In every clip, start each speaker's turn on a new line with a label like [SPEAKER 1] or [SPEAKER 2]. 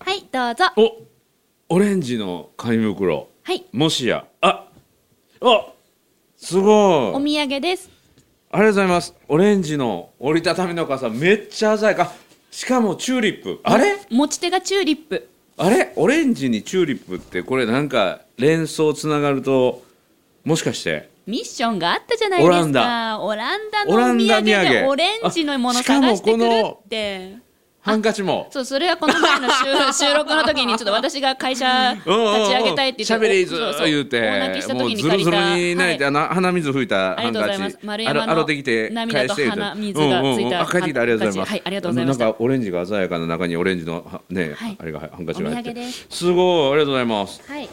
[SPEAKER 1] はいどうぞ
[SPEAKER 2] おオレンジの紙袋
[SPEAKER 1] はい
[SPEAKER 2] もしやああす
[SPEAKER 1] お
[SPEAKER 2] ごい
[SPEAKER 1] 土産です
[SPEAKER 2] ありがとうございますオレンジの折りたたみの傘めっちゃ鮮やかあしかもチューリップあれ
[SPEAKER 1] 持ち手がチューリップ
[SPEAKER 2] あれオレンジにチューリップってこれなんか連想つながるともしかして
[SPEAKER 1] ミッションがあったじゃないですか
[SPEAKER 2] オランダ
[SPEAKER 1] オランダ
[SPEAKER 2] オ
[SPEAKER 1] の
[SPEAKER 2] ラ
[SPEAKER 1] お
[SPEAKER 2] ン
[SPEAKER 1] 土
[SPEAKER 2] ダ
[SPEAKER 1] 産
[SPEAKER 2] 土産
[SPEAKER 1] でオレンジのもの探してくるって
[SPEAKER 2] ハンカチも
[SPEAKER 1] そうそれはこの前の 収収録の時にちょっと私が会社立ち上げたいって言って
[SPEAKER 2] しゃべりーず
[SPEAKER 1] そう
[SPEAKER 2] ー
[SPEAKER 1] そう
[SPEAKER 2] 言うて
[SPEAKER 1] 大泣きした
[SPEAKER 2] もう
[SPEAKER 1] 時に
[SPEAKER 2] ずる
[SPEAKER 1] 借り
[SPEAKER 2] ず
[SPEAKER 1] た
[SPEAKER 2] るになれて、
[SPEAKER 1] はい
[SPEAKER 2] あの鼻水吹いた
[SPEAKER 1] あ
[SPEAKER 2] ハ
[SPEAKER 1] り
[SPEAKER 2] ン
[SPEAKER 1] がとうご
[SPEAKER 2] カ
[SPEAKER 1] ざいます
[SPEAKER 2] チ
[SPEAKER 1] 丸
[SPEAKER 2] あ
[SPEAKER 1] 山の
[SPEAKER 2] ろ洗ってきて返して
[SPEAKER 1] 涙と鼻水がついた
[SPEAKER 2] あ帰ってきてありがとうございます
[SPEAKER 1] ハンカチはいありがとうございました
[SPEAKER 2] あのなんかオレンジが鮮やかな中にオレンジのはね、
[SPEAKER 1] はい
[SPEAKER 2] あれがハンカチが入って
[SPEAKER 1] お土産です
[SPEAKER 2] すごいありがとうございます
[SPEAKER 1] はい、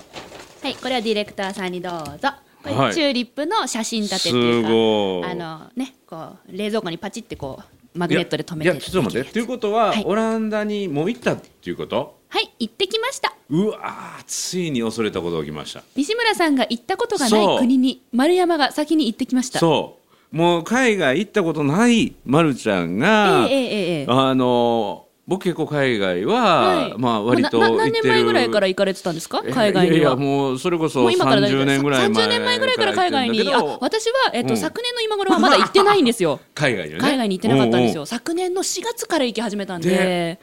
[SPEAKER 1] はい、これはディレクターさんにどうぞこれ、
[SPEAKER 2] はい
[SPEAKER 1] チューリップの写真立てっていうか
[SPEAKER 2] すごい
[SPEAKER 1] あのねこう冷蔵庫にパチってこうマグネットで留めて
[SPEAKER 2] いやいやちょっと待ってということは、
[SPEAKER 1] はい
[SPEAKER 2] オランダにもう行ったっていうこと
[SPEAKER 1] はい行ってきました
[SPEAKER 2] うわーついに恐れたことが起きました
[SPEAKER 1] 西村さんが行ったことがな
[SPEAKER 2] そう
[SPEAKER 1] い国に丸山が先に行ってきましたう
[SPEAKER 2] そうもう海外行ったことないまるちゃん
[SPEAKER 1] え
[SPEAKER 2] が、
[SPEAKER 1] えええええ
[SPEAKER 2] あの僕結構海外は、
[SPEAKER 1] はい
[SPEAKER 2] まあ割と
[SPEAKER 1] もう
[SPEAKER 2] 行
[SPEAKER 1] な
[SPEAKER 2] っ
[SPEAKER 1] 何
[SPEAKER 2] て
[SPEAKER 1] 年前
[SPEAKER 2] る
[SPEAKER 1] ぐらいから行かれてたんですか海外にはい
[SPEAKER 2] やいやもうそれこそ
[SPEAKER 1] もう今からだ
[SPEAKER 2] 30年ぐらい前
[SPEAKER 1] 30年前ぐらいから海外に
[SPEAKER 2] 行ってるんだけど
[SPEAKER 1] あ私は、えっと
[SPEAKER 2] うん
[SPEAKER 1] 昨年の今頃はまだ行ってないんですよ
[SPEAKER 2] 海 外にね
[SPEAKER 1] 海外に行ってなかったんですよ、
[SPEAKER 2] おう
[SPEAKER 1] 昨年の4月から行き始めたんで
[SPEAKER 2] でね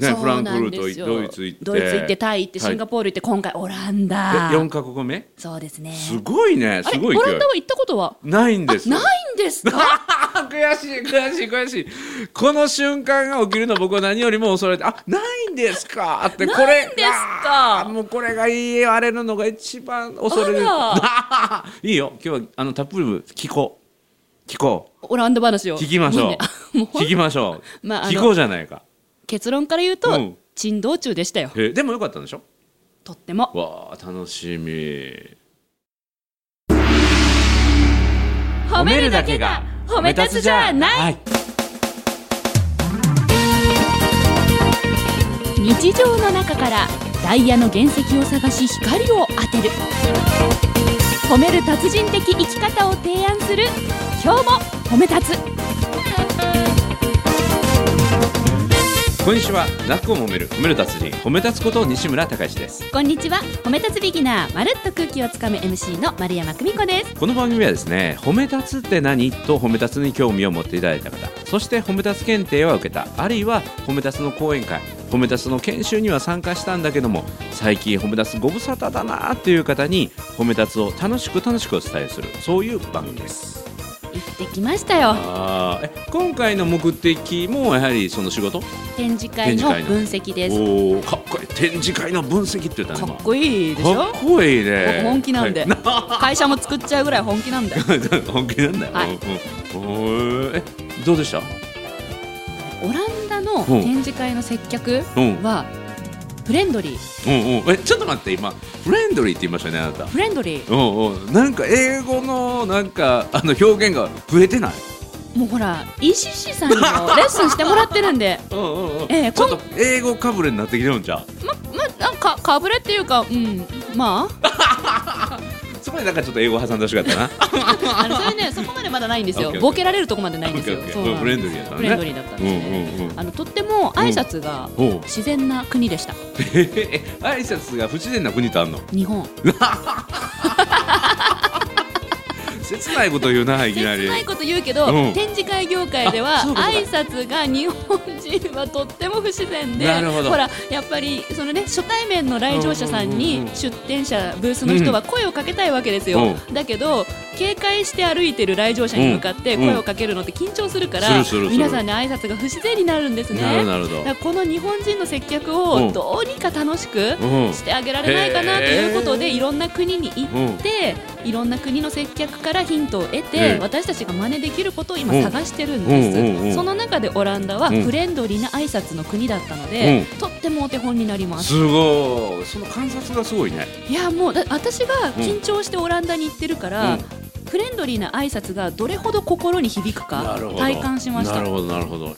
[SPEAKER 1] そうなんですよ
[SPEAKER 2] フランクフルトドイツ行って
[SPEAKER 1] ドイツ行ってタイ行ってシンガポール行って、今回オラン
[SPEAKER 2] おう
[SPEAKER 1] ダ
[SPEAKER 2] で4か国目
[SPEAKER 1] そうですね
[SPEAKER 2] すごいね
[SPEAKER 1] あ
[SPEAKER 2] す
[SPEAKER 1] れ
[SPEAKER 2] ごい
[SPEAKER 1] オラ
[SPEAKER 2] 勢い
[SPEAKER 1] ンダは行ったことは
[SPEAKER 2] ないん
[SPEAKER 1] あ
[SPEAKER 2] ですよ
[SPEAKER 1] ないんです か
[SPEAKER 2] 悔しい悔しい悔しいこの瞬間が起きるの僕は何よりも恐れてあないんですかってこれ
[SPEAKER 1] ないんですか
[SPEAKER 2] あーもうこれが言われるのが一番恐れる いいよ今日はあのたっぷり聞こう聞こ
[SPEAKER 1] オランダ話
[SPEAKER 2] う
[SPEAKER 1] を
[SPEAKER 2] 聞きましょう
[SPEAKER 1] もね もうほん
[SPEAKER 2] 聞きましょ う、
[SPEAKER 1] まああの
[SPEAKER 2] 聞こうじゃないか
[SPEAKER 1] 結論から言うと、
[SPEAKER 2] うん
[SPEAKER 1] 珍道中でしたよ
[SPEAKER 2] えでもよかったんでしょ
[SPEAKER 1] とっても
[SPEAKER 2] わあ楽しみ
[SPEAKER 1] 褒めるだけが褒め立つじゃない
[SPEAKER 2] はい
[SPEAKER 1] 日常の中からダイヤの原石を探し光を当てる褒める達人的生き方を提案する今日も褒め立つ
[SPEAKER 2] こんにちはラックを褒める褒める達人褒め立つこと西村隆史です
[SPEAKER 1] こんにちは褒め立つビギナーまるっと空気をつかむ MC の丸山久美子です
[SPEAKER 2] この番組はですね褒め立つって何と褒め立つに興味を持っていただいた方そして褒め立つ検定は受けたあるいは褒め立つの講演会褒め立つの研修には参加したんだけども最近褒め立つご無沙汰だなっていう方に褒め立つを楽しく楽しくお伝えするそういう番組です
[SPEAKER 1] 行ってきましたよ
[SPEAKER 2] あーえ今回の目的もやはりその仕事
[SPEAKER 1] 展示会の分析です
[SPEAKER 2] おおかっこいい展示会の分析って言った
[SPEAKER 1] か
[SPEAKER 2] ね
[SPEAKER 1] っこいいでし
[SPEAKER 2] か
[SPEAKER 1] ょ
[SPEAKER 2] っこいいね
[SPEAKER 1] 僕本気なんで、
[SPEAKER 2] はい
[SPEAKER 1] 会社も作っちゃうぐらい本気なんだよ
[SPEAKER 2] 本気なんだよ、
[SPEAKER 1] はい
[SPEAKER 2] うんうんおーえどうでした
[SPEAKER 1] オランダの展示会の接客
[SPEAKER 2] うん
[SPEAKER 1] はフレンドリー
[SPEAKER 2] うんうん、えちょっと待って今フレンドリーって言いましたねあなた
[SPEAKER 1] フレンドリー
[SPEAKER 2] うんうんなんか英語のなんかあの表現が増えてない
[SPEAKER 1] もうほら ECC さんにもレッスンしてもらってるん で
[SPEAKER 2] うんうんうん
[SPEAKER 1] ええ
[SPEAKER 2] ちょっと英語かぶれになってきてるんじゃう
[SPEAKER 1] ままなんかかぶれっていうかうんまあ
[SPEAKER 2] そこになんかちょっと英語挟んでほしかっ たな
[SPEAKER 1] あのそれ ねそこまでまだないんです
[SPEAKER 2] オ
[SPEAKER 1] よ
[SPEAKER 2] ッケーオッケー
[SPEAKER 1] ボケられるとこまでないんですよ
[SPEAKER 2] オッケー
[SPEAKER 1] そ
[SPEAKER 2] オッケー
[SPEAKER 1] うなん
[SPEAKER 2] フレン
[SPEAKER 1] で
[SPEAKER 2] ド
[SPEAKER 1] す
[SPEAKER 2] リーだ
[SPEAKER 1] フレ
[SPEAKER 2] ったのね
[SPEAKER 1] ンドリーだったん
[SPEAKER 2] うん
[SPEAKER 1] で
[SPEAKER 2] う
[SPEAKER 1] すね
[SPEAKER 2] んうん
[SPEAKER 1] あのとっても挨拶が
[SPEAKER 2] おう
[SPEAKER 1] 自然な国でした
[SPEAKER 2] ええ挨拶が不自然な国ってあんの
[SPEAKER 1] 日本
[SPEAKER 2] 切ないこと言うないきなり
[SPEAKER 1] 切ないこと言うけど、
[SPEAKER 2] うん
[SPEAKER 1] 展示会業界では
[SPEAKER 2] あそうかそう
[SPEAKER 1] 挨拶が日本人はとっても不自然で
[SPEAKER 2] なるほど
[SPEAKER 1] らやっぱりそのね初対面の来場者さん
[SPEAKER 2] うんうん
[SPEAKER 1] に
[SPEAKER 2] うん
[SPEAKER 1] 出店者ブースの人は声をかけたいわけですよ、
[SPEAKER 2] う
[SPEAKER 1] だけど警戒して歩いてる来場者に向かって
[SPEAKER 2] うんうん
[SPEAKER 1] 声をかけるのって緊張するから、
[SPEAKER 2] するするする
[SPEAKER 1] 皆さんね挨拶が不自然になるんですね
[SPEAKER 2] なるほどなるほど
[SPEAKER 1] だからこの日本人の接客
[SPEAKER 2] うん
[SPEAKER 1] をどうにか楽しく
[SPEAKER 2] うん
[SPEAKER 1] してあげられないかなということで、
[SPEAKER 2] へー
[SPEAKER 1] いろんな国に行って
[SPEAKER 2] うん
[SPEAKER 1] でいろんな国の接客からヒントを得
[SPEAKER 2] え
[SPEAKER 1] て、
[SPEAKER 2] え
[SPEAKER 1] 私たちが真似できることを今
[SPEAKER 2] うん
[SPEAKER 1] 探してるんです、
[SPEAKER 2] うんうんうん
[SPEAKER 1] その中でオランダは
[SPEAKER 2] うん
[SPEAKER 1] フレンドリーな挨拶の国だったので、とってもお手本になります
[SPEAKER 2] すごいその観察がすごいね
[SPEAKER 1] いやもうだ私が緊張してオランダに行ってるから、
[SPEAKER 2] うん
[SPEAKER 1] フレンドリーな挨拶がどれほど心に響く
[SPEAKER 2] な
[SPEAKER 1] か
[SPEAKER 2] るほど
[SPEAKER 1] 体感しまし
[SPEAKER 2] な
[SPEAKER 1] た
[SPEAKER 2] るほどなるほど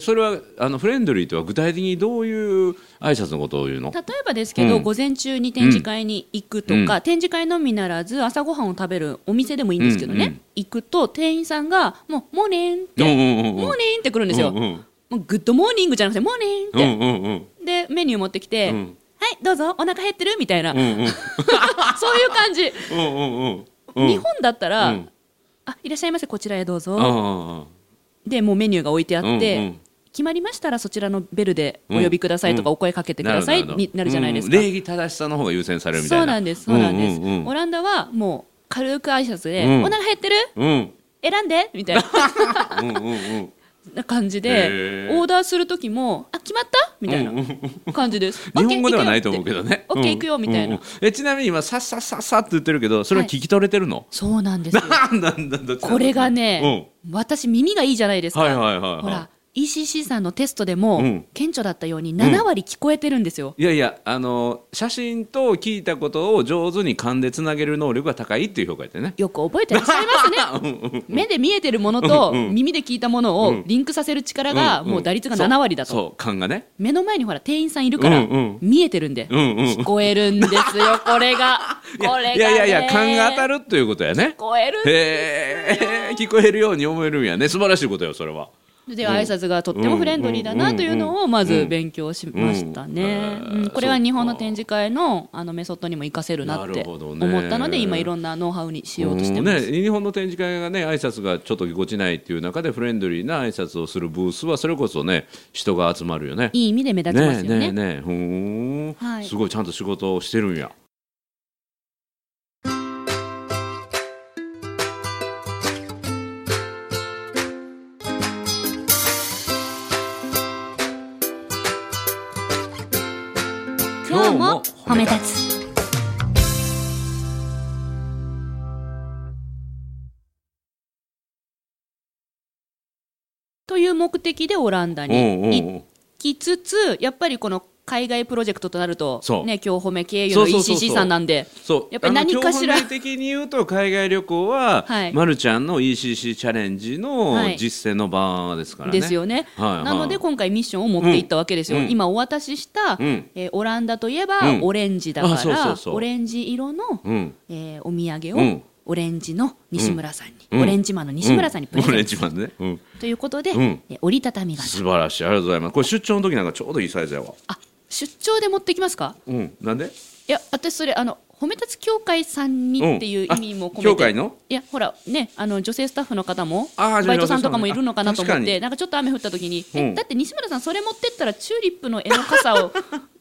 [SPEAKER 2] それはあのフレンドリーとは具体的にどういう挨拶のことを言うの
[SPEAKER 1] 例えばですけど、
[SPEAKER 2] うん
[SPEAKER 1] 午前中に展示会に行くとか、展示会のみならず朝ごはんを食べるお店でもいいんですけどね、
[SPEAKER 2] うんうん
[SPEAKER 1] 行くと店員さんが「もうモーニング」って
[SPEAKER 2] うんう
[SPEAKER 1] 「
[SPEAKER 2] んうんうん
[SPEAKER 1] モーニング」って来るんですよ、
[SPEAKER 2] うんうん
[SPEAKER 1] もうグッドモーニングじゃなくて「モーニング」
[SPEAKER 2] う
[SPEAKER 1] っ
[SPEAKER 2] んうんうん
[SPEAKER 1] て、でメニュー持ってきて「
[SPEAKER 2] うん
[SPEAKER 1] はいどうぞお腹減ってる?」みたいな、
[SPEAKER 2] うんう
[SPEAKER 1] そうい
[SPEAKER 2] ん
[SPEAKER 1] う感じ、
[SPEAKER 2] うんうんうんうん
[SPEAKER 1] 日本だったら、
[SPEAKER 2] うん
[SPEAKER 1] あ「いらっしゃいませこちらへどうぞ」
[SPEAKER 2] あ
[SPEAKER 1] でもうメニューが置いてあって、
[SPEAKER 2] うんうん
[SPEAKER 1] 決まりましたらそちらのベルでお呼びくださいとか、
[SPEAKER 2] うん
[SPEAKER 1] お声かけ
[SPEAKER 2] あ
[SPEAKER 1] てくださいになるじゃないですか、
[SPEAKER 2] うん礼儀正しさの方が優先されるみたい
[SPEAKER 1] そ
[SPEAKER 2] な
[SPEAKER 1] うなんですそうなんです、
[SPEAKER 2] うんうん
[SPEAKER 1] オランダはもう軽く挨拶で、
[SPEAKER 2] うん
[SPEAKER 1] お腹減ってる
[SPEAKER 2] うん
[SPEAKER 1] 選んでみたい
[SPEAKER 2] うんうんうん
[SPEAKER 1] な感じ
[SPEAKER 2] へ
[SPEAKER 1] で
[SPEAKER 2] ー
[SPEAKER 1] オーダーする時もあ決まったみたいな感じ です
[SPEAKER 2] 日本語ではないと思うけどね。
[SPEAKER 1] オッケー行くよみたいな、
[SPEAKER 2] うんうんうんえちなみに今さっさっさっさって言ってるけど、それは聞き取れてるの？
[SPEAKER 1] そうなん ですよ
[SPEAKER 2] なんなんだ
[SPEAKER 1] これがね、私耳がいいじゃないです
[SPEAKER 2] うん
[SPEAKER 1] か、
[SPEAKER 2] はいはいはいはい。
[SPEAKER 1] ほら ECC さんのテストでも、
[SPEAKER 2] うん
[SPEAKER 1] 顕著だったように7割聞こえてるんですよ、
[SPEAKER 2] いやいやあの写真と聞いたことを上手に勘でつなげる能力が高いっていう評価やってね。
[SPEAKER 1] よく覚えてらっしゃい ますね目で見えてるものと
[SPEAKER 2] うんうん
[SPEAKER 1] 耳で聞いたもの
[SPEAKER 2] う
[SPEAKER 1] を
[SPEAKER 2] ん
[SPEAKER 1] リンクさせる力が
[SPEAKER 2] んん
[SPEAKER 1] もう打率が7割だと、
[SPEAKER 2] そうそう勘がね。
[SPEAKER 1] 目の前にほら店員さんいるから、
[SPEAKER 2] うんうん
[SPEAKER 1] 見えてるんで、
[SPEAKER 2] うんうん
[SPEAKER 1] 聞こえるんです よこれが
[SPEAKER 2] いや
[SPEAKER 1] これがね
[SPEAKER 2] いやいやいや勘が当たるということや
[SPEAKER 1] 聞。
[SPEAKER 2] ね
[SPEAKER 1] こえる
[SPEAKER 2] へえ 聞こえるように思えるんやね素晴らしいことよそれは。
[SPEAKER 1] で挨拶がとってもフレンドリーだなというのをまず勉強しましたね、
[SPEAKER 2] うんうん
[SPEAKER 1] うんこれは日本の展示会のあのメソッドにも活かせるなっ
[SPEAKER 2] な
[SPEAKER 1] て
[SPEAKER 2] るほどね
[SPEAKER 1] 思ったので今いろんなノウハウにしようとして
[SPEAKER 2] うん
[SPEAKER 1] ます、
[SPEAKER 2] ね、日本の展示会がね挨拶がちょっとぎこちないっていう中でフレンドリーな挨拶をするブースはそれこそね人が集まるよね。
[SPEAKER 1] いい意味で目立ちますよね
[SPEAKER 2] ねえねえふーん、
[SPEAKER 1] はい
[SPEAKER 2] すごいちゃんと仕事をしてるんや。
[SPEAKER 1] 今日も褒め立つという目的でオランダ
[SPEAKER 2] おう
[SPEAKER 1] に
[SPEAKER 2] おう
[SPEAKER 1] 行きつつやっぱりこの海外プロジェクトとなると
[SPEAKER 2] そう
[SPEAKER 1] ね今日褒め経由の
[SPEAKER 2] そうそうそうそう
[SPEAKER 1] ECC さんなんで
[SPEAKER 2] そう
[SPEAKER 1] やっぱり何かしら
[SPEAKER 2] あの基本的に言うと海外旅行は、
[SPEAKER 1] はい
[SPEAKER 2] まるちゃんの ECC チャレンジ
[SPEAKER 1] は
[SPEAKER 2] の
[SPEAKER 1] い
[SPEAKER 2] 実践の場ですからね。
[SPEAKER 1] ですよね、
[SPEAKER 2] はいはい
[SPEAKER 1] なので今回ミッションを持っていったわけですよ、
[SPEAKER 2] うん
[SPEAKER 1] 今お渡しした、
[SPEAKER 2] うん
[SPEAKER 1] えーオランダといえば
[SPEAKER 2] うん
[SPEAKER 1] オレンジだから、
[SPEAKER 2] あそうそうそう
[SPEAKER 1] オレンジ色の、
[SPEAKER 2] うん
[SPEAKER 1] えーお土産を、
[SPEAKER 2] うん
[SPEAKER 1] オレンジの西村さんに、
[SPEAKER 2] うん
[SPEAKER 1] オレンジマンの西村さんにプレ
[SPEAKER 2] うんオレ
[SPEAKER 1] ゼン
[SPEAKER 2] ン
[SPEAKER 1] ト
[SPEAKER 2] ジマンね、うん
[SPEAKER 1] ということで、
[SPEAKER 2] うん
[SPEAKER 1] えー折りたたみ傘
[SPEAKER 2] 素晴らしいありがとうございますこれ出張の時なんかちょうどいいサイズやわ
[SPEAKER 1] あ出張で持ってきますか
[SPEAKER 2] うんなんで
[SPEAKER 1] いや私それあの褒め立つ協会さんにっていう意味も込めて、
[SPEAKER 2] うんあ協会の
[SPEAKER 1] いやほらねあの女性スタッフの方も
[SPEAKER 2] あー女性
[SPEAKER 1] バイトさんとかも
[SPEAKER 2] ス
[SPEAKER 1] い
[SPEAKER 2] タッフ
[SPEAKER 1] る
[SPEAKER 2] の
[SPEAKER 1] のかなと思っ
[SPEAKER 2] あ確か
[SPEAKER 1] て
[SPEAKER 2] に
[SPEAKER 1] なんかちょっと雨降った時に、
[SPEAKER 2] うん
[SPEAKER 1] えだって西村さんそれ持ってったらチューリップの絵の傘 を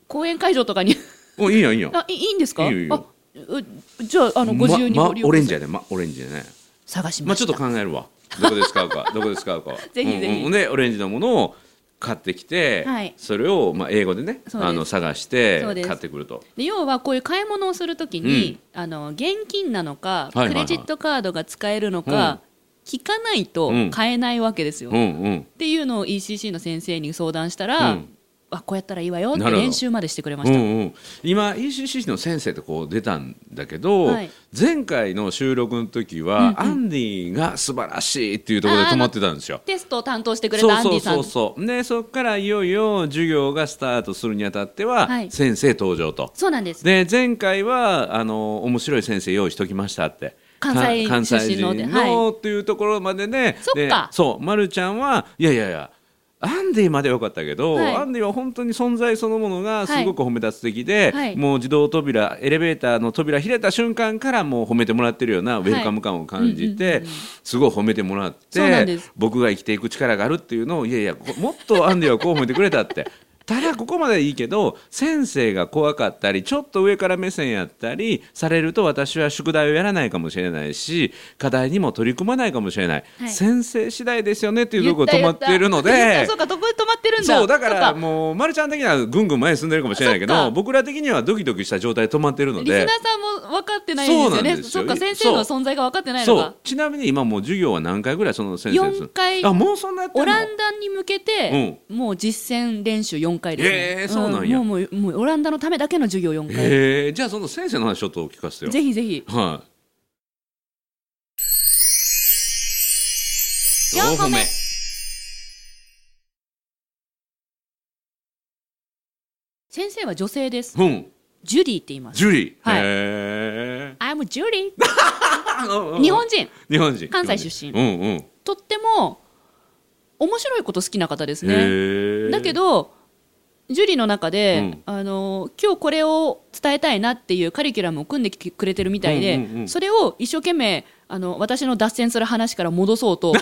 [SPEAKER 1] 公演会場とかに
[SPEAKER 2] おいいよいいよ
[SPEAKER 1] あいいいんですか
[SPEAKER 2] いいよいいよ
[SPEAKER 1] あうじゃああのご自由に
[SPEAKER 2] ま
[SPEAKER 1] ご
[SPEAKER 2] ま
[SPEAKER 1] 利用
[SPEAKER 2] オ
[SPEAKER 1] く
[SPEAKER 2] レ
[SPEAKER 1] ださ
[SPEAKER 2] ンジ
[SPEAKER 1] い、
[SPEAKER 2] やねまオレンジでね
[SPEAKER 1] 探し
[SPEAKER 2] ま
[SPEAKER 1] ま
[SPEAKER 2] あちょ
[SPEAKER 1] し
[SPEAKER 2] っと
[SPEAKER 1] た、
[SPEAKER 2] 考え るわどこで使うかどこで使うかは
[SPEAKER 1] ぜひぜひ
[SPEAKER 2] うんうんでオレンジのものを買ってきて、
[SPEAKER 1] はい
[SPEAKER 2] それをまあ英語でね
[SPEAKER 1] そうです
[SPEAKER 2] あの探して
[SPEAKER 1] そうです
[SPEAKER 2] 買ってくると
[SPEAKER 1] で要はこういう買い物をするときに、あの現金なのか、
[SPEAKER 2] はいはいはい
[SPEAKER 1] クレジットカードが使えるのか、聞かないと
[SPEAKER 2] うん
[SPEAKER 1] 買えないわけですよ、
[SPEAKER 2] うんうん
[SPEAKER 1] っていうのを ECC の先生に相談したら、
[SPEAKER 2] うん
[SPEAKER 1] あこうやったらいいわよって
[SPEAKER 2] なるほど
[SPEAKER 1] 練習までしてくれま
[SPEAKER 2] う
[SPEAKER 1] した、
[SPEAKER 2] んうん、今 ECC の先生ってこう出たんだけど、
[SPEAKER 1] はい
[SPEAKER 2] 前回の収録の時は、アンディが素晴らしいっていうところで止まってたんですよ。
[SPEAKER 1] テストを担当してくれたアンディさん
[SPEAKER 2] そうそうそうそうでそこからいよいよ授業がスタートするにあたっては、
[SPEAKER 1] はい
[SPEAKER 2] 先生登場と
[SPEAKER 1] そうなんです
[SPEAKER 2] で前回はあの面白い先生用意しときましたって
[SPEAKER 1] 関西
[SPEAKER 2] か関西
[SPEAKER 1] 出身ので
[SPEAKER 2] 人
[SPEAKER 1] は
[SPEAKER 2] のっていうところまでね、
[SPEAKER 1] そっ
[SPEAKER 2] で
[SPEAKER 1] か
[SPEAKER 2] そう、ま、るちゃんはいやいやいやアンディまでは良かったけど、
[SPEAKER 1] はい
[SPEAKER 2] アンディは本当に存在そのものがすごく褒め立つ的で、
[SPEAKER 1] はい
[SPEAKER 2] もう自動扉エレベーターの扉開いた瞬間からもう褒めてもらってるようなウェルカム感を感じて、すごい褒めてもらっ
[SPEAKER 1] そうなん
[SPEAKER 2] て
[SPEAKER 1] です
[SPEAKER 2] 僕が生きていく力があるっていうのをいやいやこもっとアンディはこう褒めてくれたってただここまでいいけど先生が怖かったりちょっと上から目線やったりされると私は宿題をやらないかもしれないし課題にも取り組まないかもしれない、
[SPEAKER 1] はい
[SPEAKER 2] 先生次第ですよねっていうところ
[SPEAKER 1] 言
[SPEAKER 2] 止
[SPEAKER 1] 言
[SPEAKER 2] まっているの
[SPEAKER 1] 言った
[SPEAKER 2] で
[SPEAKER 1] そう。かそこで止まってるんだ
[SPEAKER 2] そうだから
[SPEAKER 1] そっ
[SPEAKER 2] もう、ま、るちゃん的にはぐんぐん前に進んでるかもしれないけ
[SPEAKER 1] そっか
[SPEAKER 2] ど僕ら的にはドキドキした状態で止まってるの
[SPEAKER 1] リスナ
[SPEAKER 2] で
[SPEAKER 1] ーさんも分かってないんです
[SPEAKER 2] そ
[SPEAKER 1] よ
[SPEAKER 2] うな
[SPEAKER 1] ね
[SPEAKER 2] んですよ
[SPEAKER 1] っか先生の存在が分かってないの
[SPEAKER 2] そ
[SPEAKER 1] が
[SPEAKER 2] うちなみに今もう授業は何回ぐらいその先生です
[SPEAKER 1] 四回
[SPEAKER 2] あもうそんなやってん
[SPEAKER 1] オ
[SPEAKER 2] の
[SPEAKER 1] ランダに向けて、もう実践練習4回ですね、
[SPEAKER 2] えーそうなんや
[SPEAKER 1] もうもうもうオランダのためだけの授業4回、
[SPEAKER 2] えー、じゃあその先生の話ちょっとお聞かせてよ。
[SPEAKER 1] ぜひぜひ
[SPEAKER 2] はい。
[SPEAKER 1] 四個目先生は女性です。
[SPEAKER 2] うん
[SPEAKER 1] ジュリーって言います。
[SPEAKER 2] ジュリー、
[SPEAKER 1] はい
[SPEAKER 2] へ
[SPEAKER 1] I'm Julie!
[SPEAKER 2] ー
[SPEAKER 1] 日本人。
[SPEAKER 2] 日本人
[SPEAKER 1] 関西出身
[SPEAKER 2] うんうん
[SPEAKER 1] とっても、面白いこと好きな方ですね。
[SPEAKER 2] へー
[SPEAKER 1] だけど、ジュリーの中で、
[SPEAKER 2] うん
[SPEAKER 1] あの今日これを伝えたいなっていうカリキュラムを組んできてくれてるみたいで、
[SPEAKER 2] うんうんうん
[SPEAKER 1] それを一生懸命あの私の脱線する話から戻そう と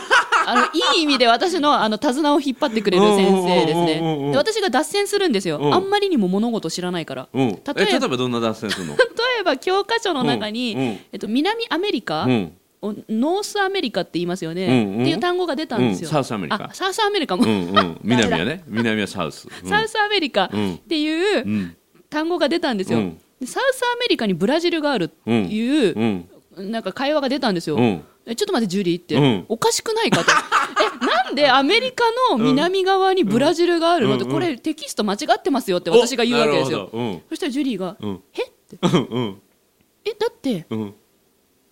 [SPEAKER 1] あのいい意味で私のあの手綱を引っ張ってくれる先生です
[SPEAKER 2] うんうんうんうんうん
[SPEAKER 1] ねで私が脱線するんですよ、
[SPEAKER 2] うん
[SPEAKER 1] あんまりにも物事知らないから、
[SPEAKER 2] うん、
[SPEAKER 1] 例えば
[SPEAKER 2] え例えばどんな脱線す るの
[SPEAKER 1] 例えば教科書の中に、
[SPEAKER 2] うんうん
[SPEAKER 1] えっと、南アメリカ、
[SPEAKER 2] うん
[SPEAKER 1] おノースアメリカって言いますよね、
[SPEAKER 2] うんうん
[SPEAKER 1] っていう単語が出たんですよ、
[SPEAKER 2] うんサウスアメリカ
[SPEAKER 1] あサウスアメリカも、
[SPEAKER 2] うん うん南はね南はサウス、うん
[SPEAKER 1] サウスアメリカっていう、
[SPEAKER 2] うん
[SPEAKER 1] 単語が出たんですよ、
[SPEAKER 2] うん
[SPEAKER 1] でサウスアメリカにブラジルがあるっていう、
[SPEAKER 2] うん
[SPEAKER 1] なんか会話が出たんですよ、
[SPEAKER 2] うん
[SPEAKER 1] えちょっと待ってジュリーって、
[SPEAKER 2] うん
[SPEAKER 1] おかしくないかとえなんでアメリカの南側にブラジルがあるのって、
[SPEAKER 2] うん
[SPEAKER 1] これテキスト間違ってますよって私が言うわけですよ
[SPEAKER 2] おなる
[SPEAKER 1] そしたらジュリーが「
[SPEAKER 2] うん
[SPEAKER 1] えっ?」て
[SPEAKER 2] ほどうん
[SPEAKER 1] 「えだって
[SPEAKER 2] うんうん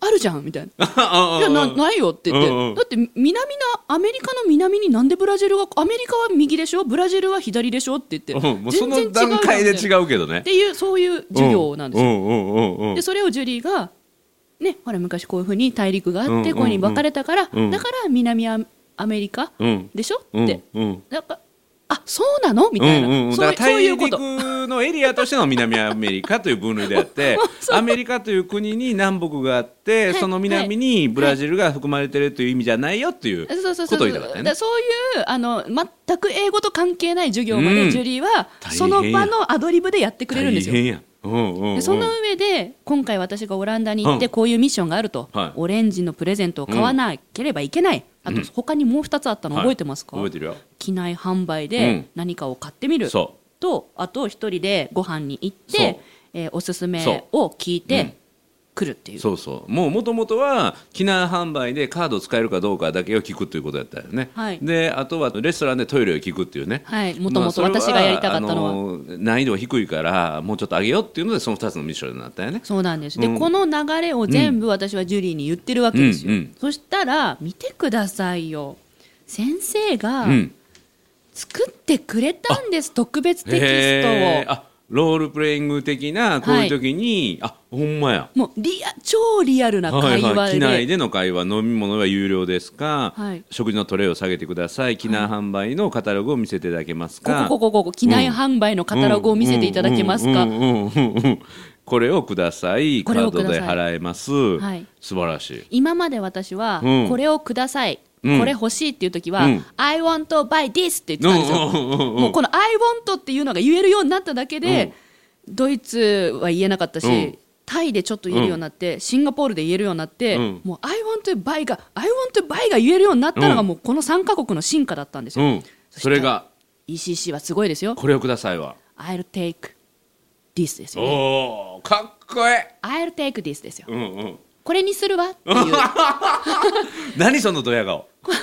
[SPEAKER 1] あるじゃん」みたいな「いや
[SPEAKER 2] や
[SPEAKER 1] なないよ」って言って、
[SPEAKER 2] うんうん
[SPEAKER 1] だって南のアメリカの南になんでブラジルがアメリカは右でしょブラジルは左でしょって言って、
[SPEAKER 2] うん、もうその
[SPEAKER 1] 全然違うじゃん
[SPEAKER 2] 段階で
[SPEAKER 1] みたい
[SPEAKER 2] 違うけどね
[SPEAKER 1] なっていうそういう授業なんですよ
[SPEAKER 2] うんうんうんうんうん
[SPEAKER 1] でそれをジュリーが、ね、ほら昔こういうふうに大陸があって、
[SPEAKER 2] うんうんうん
[SPEAKER 1] こういうふうに分かれたから、
[SPEAKER 2] うん
[SPEAKER 1] だから南アアメリカ
[SPEAKER 2] うん
[SPEAKER 1] でしょ、
[SPEAKER 2] うん
[SPEAKER 1] って
[SPEAKER 2] うん
[SPEAKER 1] なんかあそうなのみたいな、
[SPEAKER 2] うんうんうん、
[SPEAKER 1] そう
[SPEAKER 2] だ
[SPEAKER 1] い
[SPEAKER 2] から
[SPEAKER 1] そう
[SPEAKER 2] 大
[SPEAKER 1] いうこと
[SPEAKER 2] 陸のエリアとしての南アメリカという分類であって アメリカという国に南北があって、
[SPEAKER 1] はい
[SPEAKER 2] その南にブラジルが含まれてるという意味じゃないよっていう
[SPEAKER 1] そうそうそう
[SPEAKER 2] ことを言いたかった
[SPEAKER 1] だか
[SPEAKER 2] よね
[SPEAKER 1] ら。そういうあの全く英語と関係ない授業ま
[SPEAKER 2] うん
[SPEAKER 1] でジュリーは、
[SPEAKER 2] 大変や
[SPEAKER 1] その場のアドリブでやってくれるんです
[SPEAKER 2] 大
[SPEAKER 1] よ。
[SPEAKER 2] 変やんうんうんうん
[SPEAKER 1] でその上で今回私がオランダに行っ
[SPEAKER 2] う
[SPEAKER 1] て
[SPEAKER 2] ん
[SPEAKER 1] こういうミッションがあると、
[SPEAKER 2] はい
[SPEAKER 1] オレンジのプレゼントを買わなければいけない、あと他にもう2つあったの覚えてますか、
[SPEAKER 2] はい覚えてるよ。
[SPEAKER 1] 機内販売
[SPEAKER 2] う
[SPEAKER 1] で
[SPEAKER 2] ん
[SPEAKER 1] 何かを買ってみる、
[SPEAKER 2] そ
[SPEAKER 1] とあと一人でご飯に行っ
[SPEAKER 2] そう
[SPEAKER 1] て、えーおすすめ
[SPEAKER 2] そう
[SPEAKER 1] を聞い
[SPEAKER 2] うん
[SPEAKER 1] て来るっていうう
[SPEAKER 2] そうそうもうもともとは機内販売でカードを使えるかどうかだけを聞くということだったよね、
[SPEAKER 1] はい
[SPEAKER 2] であとはレストランでトイレを聞くっていうね
[SPEAKER 1] はいもともと
[SPEAKER 2] まあそ
[SPEAKER 1] 私
[SPEAKER 2] れ
[SPEAKER 1] がやりたかったのは、
[SPEAKER 2] あのー難易度が低いからもうちょっと上げようっていうのでその2つのミッションになったよね
[SPEAKER 1] そうなんです、
[SPEAKER 2] うん
[SPEAKER 1] でこの流れを全部私はジュリーに言ってるわけですよ、
[SPEAKER 2] うんうん
[SPEAKER 1] そしたら見てくださいよ先生が
[SPEAKER 2] うん
[SPEAKER 1] 作ってくれたんです、特別テキ
[SPEAKER 2] へ
[SPEAKER 1] ス
[SPEAKER 2] ー
[SPEAKER 1] トを
[SPEAKER 2] あロールプレイング的なこういう時に、あほんまや
[SPEAKER 1] もうリア超リアルな
[SPEAKER 2] はい
[SPEAKER 1] 会
[SPEAKER 2] はい、
[SPEAKER 1] 話
[SPEAKER 2] 機
[SPEAKER 1] で、
[SPEAKER 2] 内での会話飲み物は有料ですか、
[SPEAKER 1] はい
[SPEAKER 2] 食事のトレイを下げてください機内販売のカタログを見せていただけます
[SPEAKER 1] こ
[SPEAKER 2] か
[SPEAKER 1] こここここ機内販売のカタログを見せていただけますか、
[SPEAKER 2] うんうんうんうんうんこれをください
[SPEAKER 1] これを
[SPEAKER 2] カ
[SPEAKER 1] く
[SPEAKER 2] ード
[SPEAKER 1] ださ
[SPEAKER 2] で
[SPEAKER 1] い
[SPEAKER 2] 払えます、
[SPEAKER 1] はい
[SPEAKER 2] 素晴らしい
[SPEAKER 1] 今まで私は、
[SPEAKER 2] うん
[SPEAKER 1] これをください、
[SPEAKER 2] うん
[SPEAKER 1] これ欲しいっていう時は、
[SPEAKER 2] うん
[SPEAKER 1] I want to buy this って言ってたんですよ、もうこの I want っていうのが言えるようになっただけで、ドイツは言えなかったし、
[SPEAKER 2] うん
[SPEAKER 1] タイでちょっと言えるようになって、シンガポールで言えるようになって、
[SPEAKER 2] うん
[SPEAKER 1] もう I want to buy が I want to buy が言えるようになったのが、
[SPEAKER 2] うん
[SPEAKER 1] もうこの3カ国の進化だったんです
[SPEAKER 2] う
[SPEAKER 1] よ、
[SPEAKER 2] ん、それが
[SPEAKER 1] ECC はすごいですよ
[SPEAKER 2] これをくださいは
[SPEAKER 1] I'll take this ですよね
[SPEAKER 2] おおかっこえ
[SPEAKER 1] I'll take this ですよ
[SPEAKER 2] え、うんうん、
[SPEAKER 1] これにするわっていうこ
[SPEAKER 2] 何そのドヤ顔
[SPEAKER 1] の言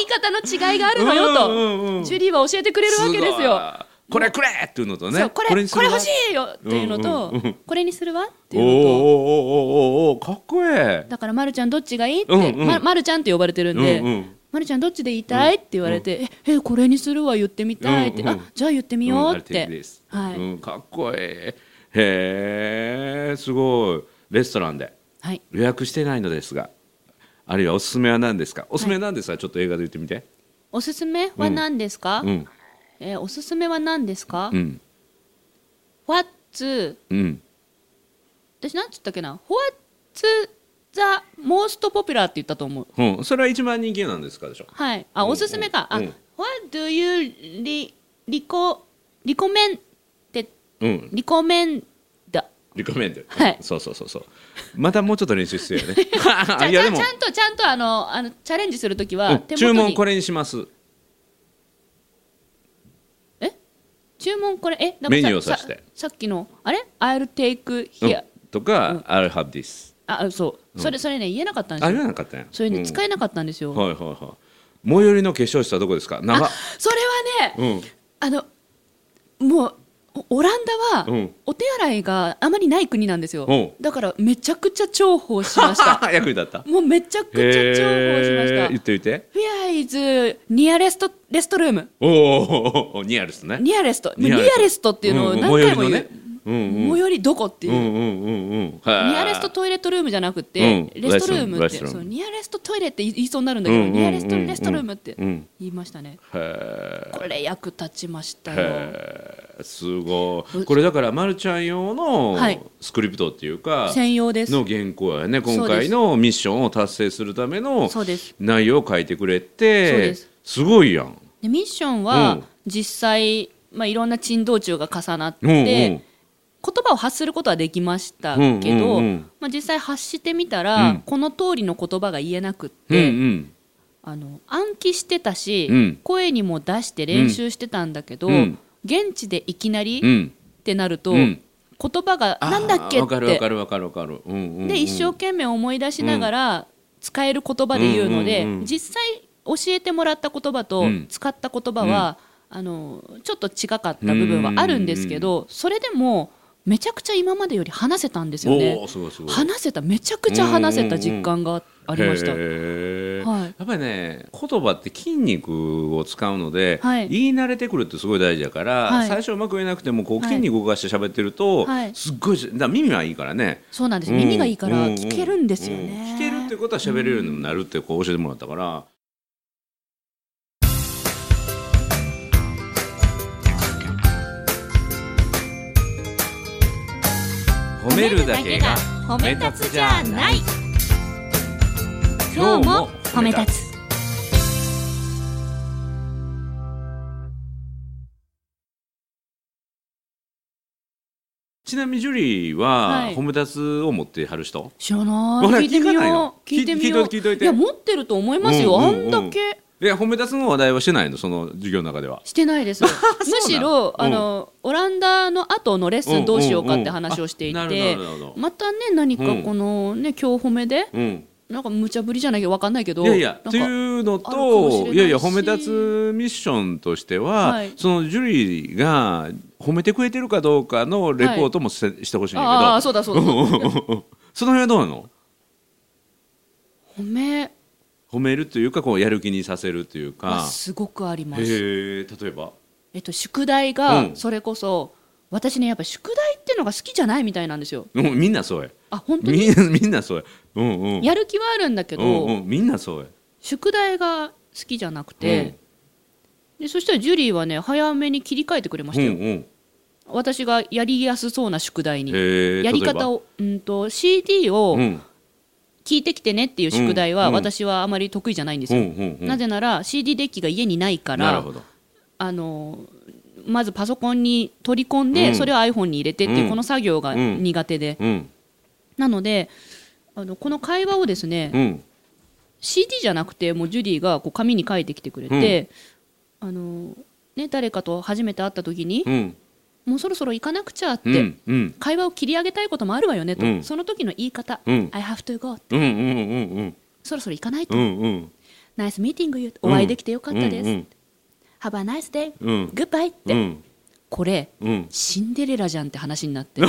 [SPEAKER 1] い方の違いがあるのよと、
[SPEAKER 2] うんうんうん
[SPEAKER 1] ジュリーは教えてくれるわけです
[SPEAKER 2] ごい
[SPEAKER 1] よ
[SPEAKER 2] これくれっていうのとね
[SPEAKER 1] そうこれこれ
[SPEAKER 2] にするわ
[SPEAKER 1] 欲しいよっていうのと、
[SPEAKER 2] うんうんうん
[SPEAKER 1] これにするわって
[SPEAKER 2] お
[SPEAKER 1] い
[SPEAKER 2] ー
[SPEAKER 1] うのと
[SPEAKER 2] おーおーおーおーかっこええ
[SPEAKER 1] だから、ま、るちゃんどっちがいいって、
[SPEAKER 2] うんうん
[SPEAKER 1] ま、まるちゃんって呼ばれてるんで、
[SPEAKER 2] うんうん
[SPEAKER 1] まるちゃんどっちで言いたいって言われて、ええこれにするわ言ってみたいって、
[SPEAKER 2] うんう
[SPEAKER 1] あ
[SPEAKER 2] ん
[SPEAKER 1] じゃあ言ってみようっ
[SPEAKER 2] うんあれ
[SPEAKER 1] て、
[SPEAKER 2] 手です
[SPEAKER 1] はい、
[SPEAKER 2] うん、かっこええへえすごいレストランで
[SPEAKER 1] はい、
[SPEAKER 2] 予約してないのですがあるいはおすすめは何ですかおすすめは何ですか、ちょっと映画で言ってみて
[SPEAKER 1] おすすめは何ですか、
[SPEAKER 2] うん
[SPEAKER 1] えーおすすめは何ですか、
[SPEAKER 2] うん
[SPEAKER 1] ファッツ
[SPEAKER 2] うん
[SPEAKER 1] 私なんつったっけなファッツザモーストポピュラーって言ったと思う
[SPEAKER 2] うん、それは一番人気なんですかでしょ
[SPEAKER 1] はいあ、
[SPEAKER 2] うん
[SPEAKER 1] おすすめか、
[SPEAKER 2] うん
[SPEAKER 1] あ What do you re- reco- recommend って
[SPEAKER 2] うん
[SPEAKER 1] リコメンだ。
[SPEAKER 2] リコメンド、
[SPEAKER 1] はい
[SPEAKER 2] そうそうそうそうまたもうちょっと練習必要よね
[SPEAKER 1] ちゃ
[SPEAKER 2] いやで
[SPEAKER 1] ちゃ
[SPEAKER 2] も
[SPEAKER 1] ちゃんと、ちゃんとあの、あの、チャレンジするときは、
[SPEAKER 2] うん注文こ
[SPEAKER 1] れ。
[SPEAKER 2] れにします
[SPEAKER 1] 注文これ、え、だ
[SPEAKER 2] メニューを指して
[SPEAKER 1] さっきの、あれ ?I'll take
[SPEAKER 2] うん
[SPEAKER 1] here、
[SPEAKER 2] とか、I'll have this
[SPEAKER 1] あ、そう。それ、それね、言えなかったんで
[SPEAKER 2] あ
[SPEAKER 1] す
[SPEAKER 2] れ
[SPEAKER 1] よ。
[SPEAKER 2] なかったんや
[SPEAKER 1] それね、
[SPEAKER 2] うん
[SPEAKER 1] 使えなかったんですよ。
[SPEAKER 2] はいはいはい最寄りの化粧室はどこですか長っ
[SPEAKER 1] それはね、
[SPEAKER 2] うん
[SPEAKER 1] あの、もう、オランダは、
[SPEAKER 2] うん
[SPEAKER 1] お手洗いがあまりない国なんですよ
[SPEAKER 2] おう
[SPEAKER 1] だからめちゃくちゃ重宝しました
[SPEAKER 2] 役に立った
[SPEAKER 1] もうめちゃくちゃ重宝しまし
[SPEAKER 2] へ
[SPEAKER 1] た
[SPEAKER 2] ー言ってみて
[SPEAKER 1] フェアイズニアレストレストルーム
[SPEAKER 2] おーおーおーおーニアルスね
[SPEAKER 1] ニアレスト
[SPEAKER 2] ニ
[SPEAKER 1] ニ
[SPEAKER 2] ア
[SPEAKER 1] ア
[SPEAKER 2] レスト
[SPEAKER 1] レストっていうのを何回も言う、
[SPEAKER 2] うんうん
[SPEAKER 1] 最寄りどこっていう、
[SPEAKER 2] うんうんうんうんニ
[SPEAKER 1] ニアレストトイレットルームじゃなくて、
[SPEAKER 2] うん
[SPEAKER 1] レストルーム
[SPEAKER 2] レ
[SPEAKER 1] っ
[SPEAKER 2] スト
[SPEAKER 1] て
[SPEAKER 2] ルーム
[SPEAKER 1] そうニアレストトイレって言いそうになるんだけど、
[SPEAKER 2] うんうんうんうん
[SPEAKER 1] ニアレストレストルームって
[SPEAKER 2] うん
[SPEAKER 1] 言いましたね、
[SPEAKER 2] へ
[SPEAKER 1] これ役立ちましたよ
[SPEAKER 2] えすごいこれだからまるちゃん用の
[SPEAKER 1] はい
[SPEAKER 2] スクリプトっていうか
[SPEAKER 1] 専用です
[SPEAKER 2] の原稿やね今回のミッションを達成するための
[SPEAKER 1] そうです
[SPEAKER 2] 内容を書いてくれ
[SPEAKER 1] そう
[SPEAKER 2] て
[SPEAKER 1] です
[SPEAKER 2] すごいやん
[SPEAKER 1] でミッション
[SPEAKER 2] う
[SPEAKER 1] は
[SPEAKER 2] ん
[SPEAKER 1] 実際、まあ、いろんな珍道中が重なって、
[SPEAKER 2] うんうん
[SPEAKER 1] 言葉を発することはできましたけど、
[SPEAKER 2] うんうんうん
[SPEAKER 1] まあ、実際発してみたら、
[SPEAKER 2] うん
[SPEAKER 1] この通りの言葉が言えなくっ
[SPEAKER 2] うんう
[SPEAKER 1] て、
[SPEAKER 2] ん
[SPEAKER 1] あの暗記してたし、
[SPEAKER 2] うん
[SPEAKER 1] 声にも出して練習してたんだけど、
[SPEAKER 2] うん
[SPEAKER 1] 現地でいきなり、
[SPEAKER 2] うん
[SPEAKER 1] ってなると、
[SPEAKER 2] うん
[SPEAKER 1] 言葉がなんだっけ
[SPEAKER 2] あーわ
[SPEAKER 1] っ
[SPEAKER 2] かるわか
[SPEAKER 1] て
[SPEAKER 2] るわかるわかるうんうんうん
[SPEAKER 1] で一生懸命思い出しながら使える言葉で言うので、
[SPEAKER 2] うんうんうん
[SPEAKER 1] 実際教えてもらった言葉と
[SPEAKER 2] うん
[SPEAKER 1] 使った言葉は、あのちょっと違かった部分はあるんですけど、それでもめちゃくちゃ今までより話せたんですよ
[SPEAKER 2] お
[SPEAKER 1] ね
[SPEAKER 2] ーすごいすごい
[SPEAKER 1] 話せためちゃくちゃ話せた実感がありました、
[SPEAKER 2] へー
[SPEAKER 1] はい
[SPEAKER 2] やっぱりね言葉って筋肉を使うので、
[SPEAKER 1] はい
[SPEAKER 2] 言い慣れてくるってすごい大事だから、
[SPEAKER 1] はい
[SPEAKER 2] 最初うまく言えなくてもこう
[SPEAKER 1] はい
[SPEAKER 2] 筋肉動かして喋ってると、
[SPEAKER 1] はい
[SPEAKER 2] すっごいしだから耳はいいからね。
[SPEAKER 1] そうなんです耳がいいから
[SPEAKER 2] うん
[SPEAKER 1] 聞けるんですよね、
[SPEAKER 2] うん聞けるってことは喋れるようになるってこう教えてもらったから。褒めるだけが
[SPEAKER 1] 褒
[SPEAKER 2] め立つじゃない
[SPEAKER 1] 今日も褒め立つ
[SPEAKER 2] ちなみにジュリーは
[SPEAKER 1] はい
[SPEAKER 2] 褒め立つを持ってはる人、
[SPEAKER 1] 知らな
[SPEAKER 2] ほら
[SPEAKER 1] い聞いてみ
[SPEAKER 2] 聞かないの
[SPEAKER 1] よう聞いてみよう
[SPEAKER 2] 聞い聞いといて聞いといて
[SPEAKER 1] や持ってると思いますよ、
[SPEAKER 2] うんうんうん
[SPEAKER 1] あんだけ
[SPEAKER 2] で褒め立つの話題はしてないのその授業の中では。
[SPEAKER 1] してないです むしろ
[SPEAKER 2] うん
[SPEAKER 1] あの、オランダの後のレッスンどうしようかって話をしていて、
[SPEAKER 2] うんうんうんあなるほどなるほど
[SPEAKER 1] またね何かこのね今日褒めで
[SPEAKER 2] うん、
[SPEAKER 1] なんか無茶ぶりじゃないけどわかんないけど
[SPEAKER 2] いやいや
[SPEAKER 1] なん
[SPEAKER 2] って
[SPEAKER 1] か
[SPEAKER 2] いうの
[SPEAKER 1] あるかもしれ
[SPEAKER 2] と
[SPEAKER 1] ないいし
[SPEAKER 2] やいや褒め立つミッションとしては、
[SPEAKER 1] はい
[SPEAKER 2] そのジュリーが褒めてくれてるかどうかのレポートもせしてほしいん
[SPEAKER 1] あ
[SPEAKER 2] だ
[SPEAKER 1] あそうだそ
[SPEAKER 2] け
[SPEAKER 1] うだ
[SPEAKER 2] ど、
[SPEAKER 1] 褒
[SPEAKER 2] その辺はどうなの
[SPEAKER 1] め
[SPEAKER 2] 褒めるというかこうやる気にさせるという
[SPEAKER 1] は
[SPEAKER 2] か
[SPEAKER 1] すごくありま
[SPEAKER 2] へ
[SPEAKER 1] す
[SPEAKER 2] え例えば
[SPEAKER 1] えっと宿題
[SPEAKER 2] う
[SPEAKER 1] が
[SPEAKER 2] ん
[SPEAKER 1] それこそ、私ねやっぱ宿題ってのが好きじゃないみたいなんですよ
[SPEAKER 2] うんみんなそうや
[SPEAKER 1] あ本当に
[SPEAKER 2] みんなみんなそうやうんうん
[SPEAKER 1] やる気はあるんだけど、
[SPEAKER 2] うんうん、みんなそうや
[SPEAKER 1] 宿題が好きじゃなくて、でそしたらジュリーはね早めに切り替えてくれまし
[SPEAKER 2] うん
[SPEAKER 1] た
[SPEAKER 2] う
[SPEAKER 1] よ、
[SPEAKER 2] ん
[SPEAKER 1] 私がやりやすそうな宿題に、
[SPEAKER 2] へえ
[SPEAKER 1] やり方を、うん、と CD を
[SPEAKER 2] 例えば
[SPEAKER 1] 聞いてきてねっていう宿題
[SPEAKER 2] うん
[SPEAKER 1] は
[SPEAKER 2] うん
[SPEAKER 1] 私はあまり得意じゃないんです
[SPEAKER 2] うんう
[SPEAKER 1] よ、
[SPEAKER 2] んうんうん
[SPEAKER 1] なぜなら CD デッキが家にないか
[SPEAKER 2] なる
[SPEAKER 1] ら
[SPEAKER 2] ほど
[SPEAKER 1] あのまずパソコンに取り込んで、
[SPEAKER 2] うん
[SPEAKER 1] それを iPhone に入れてっていううんこの作業が
[SPEAKER 2] うん
[SPEAKER 1] 苦手で、
[SPEAKER 2] うん
[SPEAKER 1] なのであのこの会話をですね、
[SPEAKER 2] うん
[SPEAKER 1] CD じゃなくてもうジュリーがこう紙に書いてきてくれて、あのね、誰かと初めて会った時に、
[SPEAKER 2] うん
[SPEAKER 1] もうそろそろ行かなくちゃって、
[SPEAKER 2] うんうん
[SPEAKER 1] 会話を切り上げたいこともあるわよねと、
[SPEAKER 2] うん
[SPEAKER 1] その時の言い方、
[SPEAKER 2] うん
[SPEAKER 1] I have to go
[SPEAKER 2] うんうんうんうん
[SPEAKER 1] そろそろ行かないと、
[SPEAKER 2] うんうん
[SPEAKER 1] ナイスミーティング you お会いできてよかったです、
[SPEAKER 2] うん
[SPEAKER 1] Have a nice day、
[SPEAKER 2] うん
[SPEAKER 1] Goodbye って、
[SPEAKER 2] うん
[SPEAKER 1] これ
[SPEAKER 2] うん
[SPEAKER 1] シンデレラじゃんって話にな って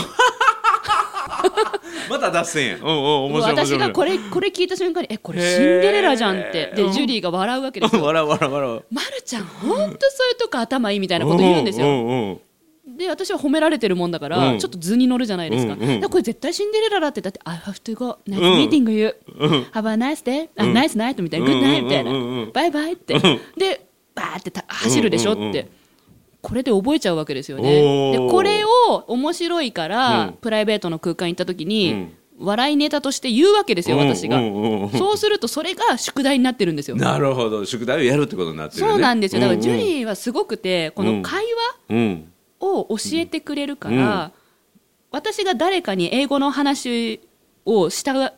[SPEAKER 2] また脱線やんうんうん面白い面白
[SPEAKER 1] 私
[SPEAKER 2] い
[SPEAKER 1] がこれこれ聞いた瞬間にえこれシンデレラじゃんって
[SPEAKER 2] へー
[SPEAKER 1] でジュリーが笑うわけです
[SPEAKER 2] うん
[SPEAKER 1] よ、
[SPEAKER 2] 笑う笑う笑う
[SPEAKER 1] まるちゃんほんとそういうとこ頭いいみたいなこと言うんですよ、
[SPEAKER 2] うんうん
[SPEAKER 1] で私は褒められてるもんだから、
[SPEAKER 2] うん
[SPEAKER 1] ちょっと図に乗るじゃないですか,、
[SPEAKER 2] うんうん
[SPEAKER 1] だからこれ絶対シンデレラだってだって I have to go
[SPEAKER 2] ん
[SPEAKER 1] nice meeting you、
[SPEAKER 2] うん
[SPEAKER 1] have a nice day、あ
[SPEAKER 2] うん
[SPEAKER 1] nice night みたいな、
[SPEAKER 2] うん
[SPEAKER 1] good night みたいな、
[SPEAKER 2] うんうんうん
[SPEAKER 1] バイバイって、
[SPEAKER 2] ん
[SPEAKER 1] でバーってた走るでしょって、
[SPEAKER 2] うんうんうん
[SPEAKER 1] これで覚えちゃうわけですよ
[SPEAKER 2] お
[SPEAKER 1] ねで
[SPEAKER 2] ー
[SPEAKER 1] これを面白いから、
[SPEAKER 2] うん
[SPEAKER 1] プライベートの空間に行った時に、笑いネタとして言うわけですよ私が、
[SPEAKER 2] うんうんうん
[SPEAKER 1] そうするとそれが宿題になってるんですよ
[SPEAKER 2] なるほど宿題をやるってことになってるね
[SPEAKER 1] そうなんですよだからジュ
[SPEAKER 2] ー
[SPEAKER 1] リーはすごくてこ
[SPEAKER 2] う
[SPEAKER 1] の
[SPEAKER 2] ん
[SPEAKER 1] 会話、
[SPEAKER 2] うん
[SPEAKER 1] を教えてくれるから、
[SPEAKER 2] うん
[SPEAKER 1] 私が誰かに英語の話をしたが